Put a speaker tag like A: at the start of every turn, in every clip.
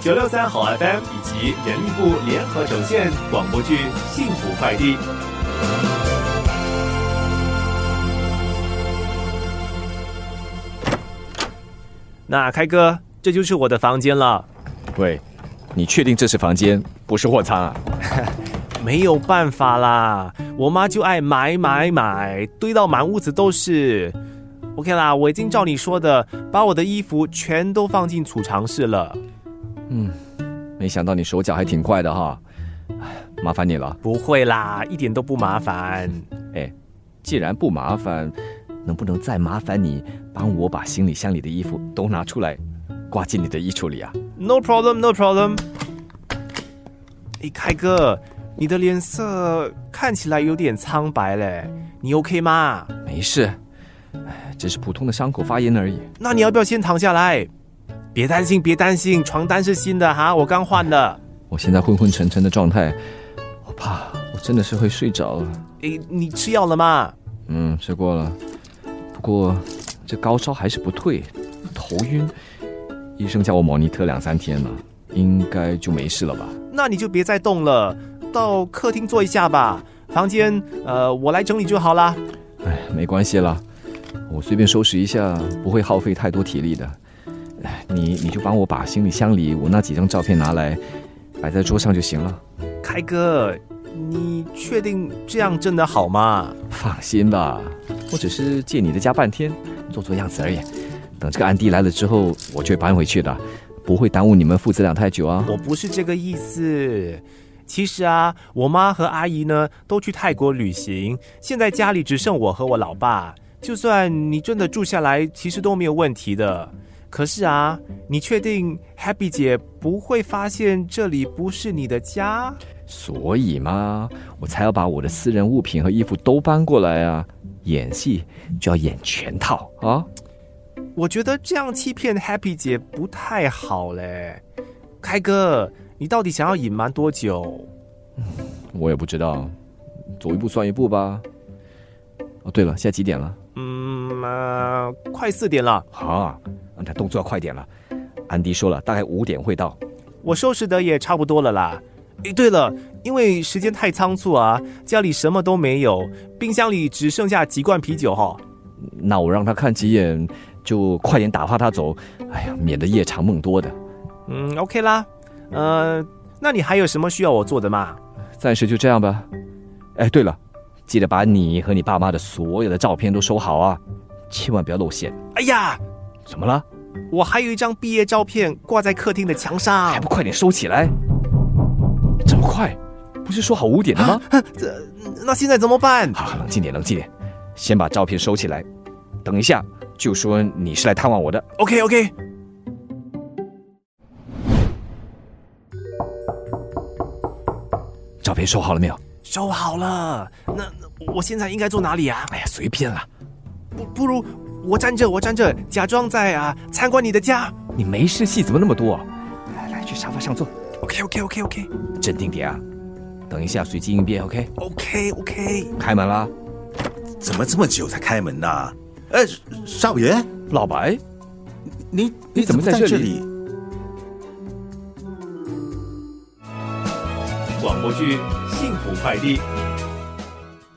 A: 九六三好 FM 以及人力部联合呈现广播剧《幸福快递》。那开哥，这就是我的房间了。
B: 喂，你确定这是房间，不是货仓啊？
A: 没有办法啦，我妈就爱买买买，堆到满屋子都是。OK 啦，我已经照你说的，把我的衣服全都放进储藏室了。
B: 没想到你手脚还挺快的哈，唉麻烦你了。
A: 不会啦，一点都不麻烦。
B: 哎，既然不麻烦，能不能再麻烦你帮我把行李箱里的衣服都拿出来，挂进你的衣橱里啊？
A: No problem, no problem。哎，开哥，你的脸色看起来有点苍白嘞，你 OK 吗？
B: 没事，唉只是普通的伤口发炎而已。
A: 那你要不要先躺下来？别担心，别担心，床单是新的哈，我刚换的。
B: 我现在昏昏沉沉的状态，我怕我真的是会睡着了。
A: 诶，哎你吃药了吗？
B: 嗯，吃过了，不过这高烧还是不退，头晕。医生叫我抹尼特两三天了，应该就没事了吧？
A: 那你就别再动了，到客厅坐一下吧。房间，呃，我来整理就好啦。
B: 哎，没关系啦，我随便收拾一下，不会耗费太多体力的。哎，你你就帮我把行李箱里我那几张照片拿来，摆在桌上就行了。
A: 开哥，你确定这样真的好吗？
B: 放心吧，我只是借你的家半天，做做样子而已。等这个安迪来了之后，我就会搬回去的，不会耽误你们父子俩太久啊。
A: 我不是这个意思。其实啊，我妈和阿姨呢都去泰国旅行，现在家里只剩我和我老爸。就算你真的住下来，其实都没有问题的。可是啊，你确定 Happy 姐不会发现这里不是你的家？
B: 所以嘛，我才要把我的私人物品和衣服都搬过来啊。演戏就要演全套啊。
A: 我觉得这样欺骗 Happy 姐不太好嘞。开哥，你到底想要隐瞒多久？
B: 我也不知道，走一步算一步吧。哦，对了，现在几点了？
A: 嗯，呃、快四点了，
B: 啊，你的动作要快点了。安迪说了，大概五点会到。
A: 我收拾的也差不多了啦。诶，对了，因为时间太仓促啊，家里什么都没有，冰箱里只剩下几罐啤酒哈、
B: 那我让他看几眼，就快点打发他走。哎呀，免得夜长梦多的。
A: 嗯，OK 啦。呃，那你还有什么需要我做的吗？
B: 暂时就这样吧。哎，对了，记得把你和你爸妈的所有的照片都收好啊，千万不要露馅。
A: 哎呀，
B: 怎么了？
A: 我还有一张毕业照片挂在客厅的墙上
B: 还。不快点收起来？这么快？不是说好五点的吗？
A: 那现在怎么办？
B: 好，冷静点，冷静点，先把照片收起来。等一下就说你是来探望我的。
A: OK OK。
B: 照片收好了没有？
A: 收好了，那那我现在应该坐哪里啊？
B: 哎呀，随便啦，
A: 不，不如我站着，我站着，假装在啊参观你的家。
B: 你没事戏怎么那么多、啊？来来，去沙发上坐，
A: OK OK OK OK
B: 镇定点啊。等一下随机应变，OK？
A: OK OK。
B: 开门啦，
C: 怎么这么久才开门呐、哎，少爷，
B: 老白，
C: 你
B: 你怎么在
C: 在
B: 这里
C: 里？
A: 广播剧《幸福快递》，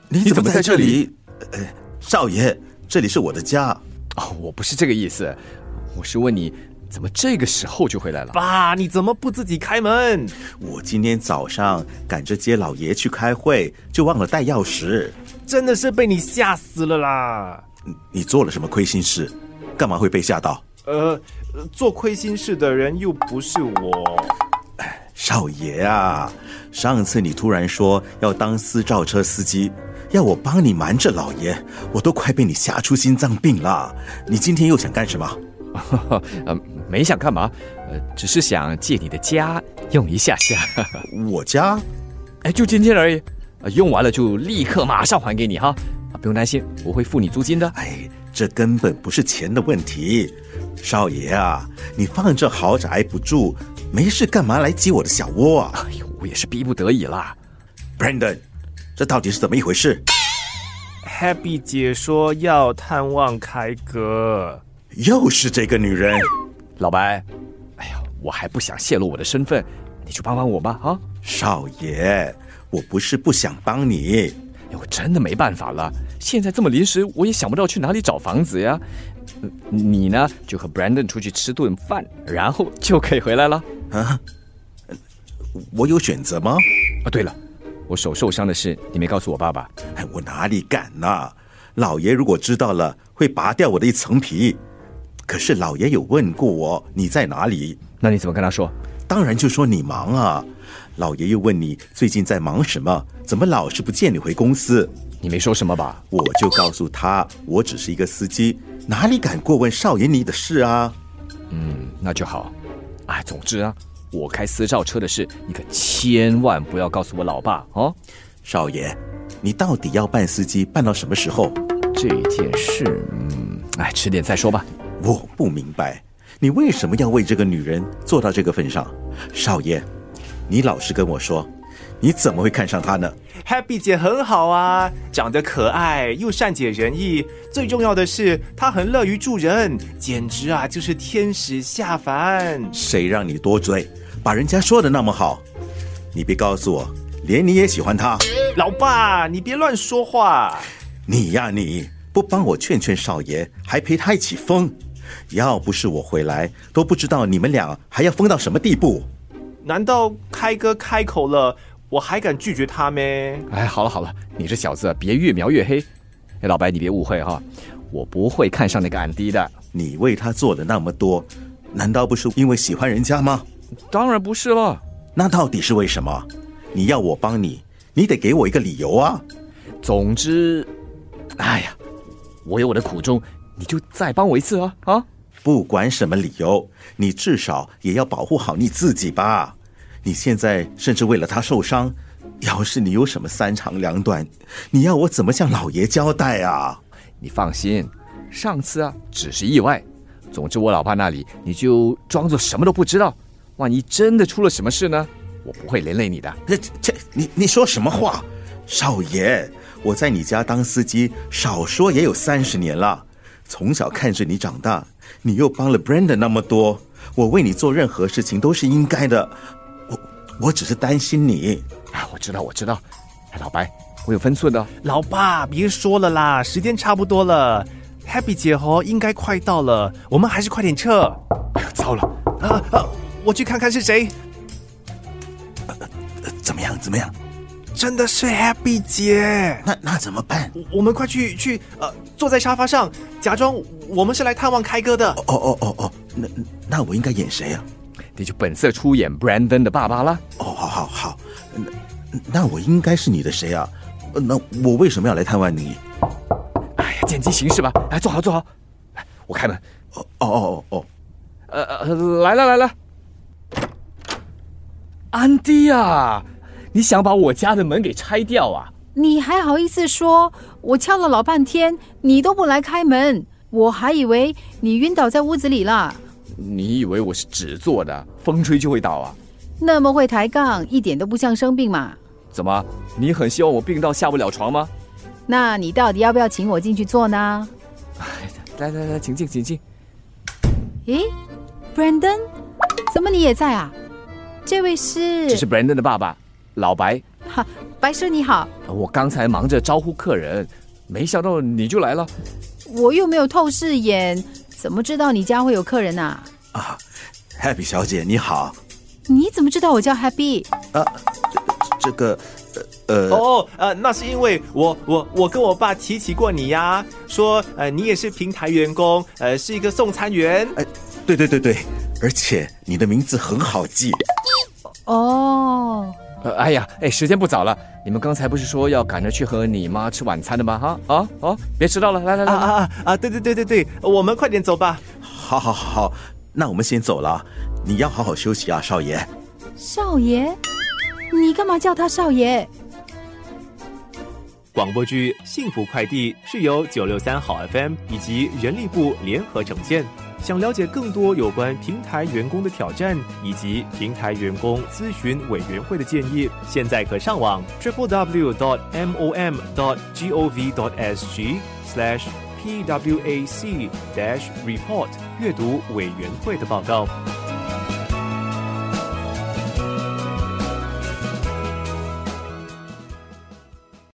C: 你
B: 你
C: 怎
B: 怎
C: 么
B: 么
C: 在
B: 在这
C: 这
B: 里
C: 里？哎，少爷，这里是我的家。
B: 哦，我不是这个意思，我是问你怎么这个时候就回来了？
A: 爸，你怎么不自己开门？
C: 我今天早上赶着接老爷去开会，就忘了带钥匙。
A: 真的是被你吓死了啦！
C: 你做了什么亏心事？干嘛会被吓到？
A: 呃，呃做亏心事的人又不是我。
C: 少爷啊，上次你突然说要当私照车司机，要我帮你瞒着老爷，我都快被你吓出心脏病了。你今天又想干什么？
B: 呃，没想干嘛，呃，只是想借你的家用一下下，
C: 我家
B: 哎，就今天而已，呃用完了就立刻马上还给你哈，啊不用担心，我会付你租金的。
C: 哎，这根本不是钱的问题，少爷啊，你放这豪宅不住，没事干嘛来挤我的小窝啊
B: 哎呦，我也是逼不得已啦。
C: ，Brandon？这到底是怎么一回事？
A: Happy 姐说要探望开哥，
C: 又是这个女人，
B: 老白，哎呀，我还不想泄露我的身份，你就帮帮我吧啊！
C: 少爷，我不是不想帮你，
B: 哎，我真的没办法了，现在这么临时，我也想不到去哪里找房子呀。呃你呢，就和 Brandon 出去吃顿饭，然后就可以回来了。
C: 我有选择吗？
B: 啊，对了，我手受伤的事你没告诉我爸爸。
C: 哎，我哪里敢呐、老爷如果知道了，会拔掉我的一层皮。可是老爷有问过我你在哪里，
B: 那你怎么跟他说？
C: 当然就说你忙啊。老爷又问你最近在忙什么，怎么老是不见你回公司？
B: 你没说什么吧？
C: 我就告诉他，我只是一个司机，哪里敢过问少爷你的事啊？
B: 那就好。哎，总之啊，我开私照车的事，你可千万不要告诉我老爸哦。
C: 少爷，你到底要扮司机扮到什么时候？
B: 这件事，嗯，哎，迟点再说吧。
C: 我不明白，你为什么要为这个女人做到这个份上？少爷，你老实跟我说，你怎么会看上她呢？
A: Happy 姐很好啊，长得可爱又善解人意，最重要的是她很乐于助人，简直啊就是天使下凡。
C: 谁让你多嘴，把人家说的那么好？你别告诉我，连你也喜欢她？
A: 老爸，你别乱说话。
C: 你呀你，不帮我劝劝少爷，还陪他一起疯。要不是我回来，都不知道你们俩还要疯到什么地步。
A: 难道开哥开口了，我还敢拒绝他咩？
B: 哎，好了好了，你这小子啊别越描越黑。哎，老白，你别误会哈、我不会看上那个俺弟的。
C: 你为他做了那么多，难道不是因为喜欢人家吗？
B: 当然不是了，
C: 那到底是为什么？你要我帮你，你得给我一个理由啊！
B: 总之，哎呀，我有我的苦衷，你就再帮我一次啊啊！
C: 不管什么理由，你至少也要保护好你自己吧。你现在甚至为了他受伤，要是你有什么三长两短，你要我怎么向老爷交代啊？
B: 你放心，上次啊只是意外。总之，我老爸那里你就装作什么都不知道。万一真的出了什么事呢？我不会连累你的。
C: 这这，你你说什么话？少爷，我在你家当司机，少说也有三十年了，从小看着你长大，你又帮了 Brandon 那么多，我为你做任何事情都是应该的。我我只是担心你。
B: 啊，我知道，我知道。哎，老白，我有分寸的。哦
A: 老爸，别说了啦，时间差不多了。Happy 姐哦，应该快到了，我们还是快点撤。
B: 哎糟了，
A: 啊啊！我去看看是谁，
C: 怎么样？怎么样？
A: 真的是 Happy 姐。
C: 那那怎么办？
A: 我我们快去去呃，坐在沙发上，假装我们是来探望开哥的。
C: 哦哦哦哦，那那我应该演谁呀、
B: 你就本色出演 Brandon 的爸爸了。
C: 啊？哦，好好好，那那我应该是你的谁啊？呃那我为什么要来探望你？
B: 哎呀，见机行事吧。哎，坐好，坐好。哎，我开门。
C: 哦哦哦哦，
B: 呃呃，来了来了，安迪啊，你想把我家的门给拆掉啊？
D: 你还好意思说？我敲了老半天，你都不来开门，我还以为你晕倒在屋子里了。
B: 你以为我是纸做的，风吹就会倒啊？
D: 那么会抬杠，一点都不像生病嘛。
B: 怎么，你很希望我病到下不了床吗？
D: 那你到底要不要请我进去坐呢？
B: 来来来，请进，请进。
D: 诶 b r a n d o n 怎么你也在啊？这位是
B: 这是 Brandon 的爸爸，老白。
D: 哈白叔你好，
B: 我刚才忙着招呼客人，没想到你就来了。
D: 我又没有透视眼，怎么知道你家会有客人啊？
C: Happy 小姐你好，
D: 你怎么知道我叫 Happy？
C: 这个呃呃，
A: 哦，呃，那是因为我我我跟我爸提起过你呀，说呃你也是平台员工，呃是一个送餐员。
C: 对对对对，而且你的名字很好记，
D: 哦，
B: 呃，哎呀，哎，时间不早了，你们刚才不是说要赶着去和你妈吃晚餐的吗？哈啊哦，别迟到了，来来
A: 啊
B: 来，
A: 啊啊啊！对对对对对，我们快点走吧。
C: 好好好好，那我们先走了，你要好好休息啊，少爷。
D: 少爷，你干嘛叫他少爷？
A: 广播剧《幸福快递》是由九六三好 FM 以及人力部联合呈现。想了解更多有关平台员工的挑战以及平台员工咨询委员会的建议，现在可上网 triple w dot m o m dot g o v dot s g slash p w a c dash report 阅读委员会的报告。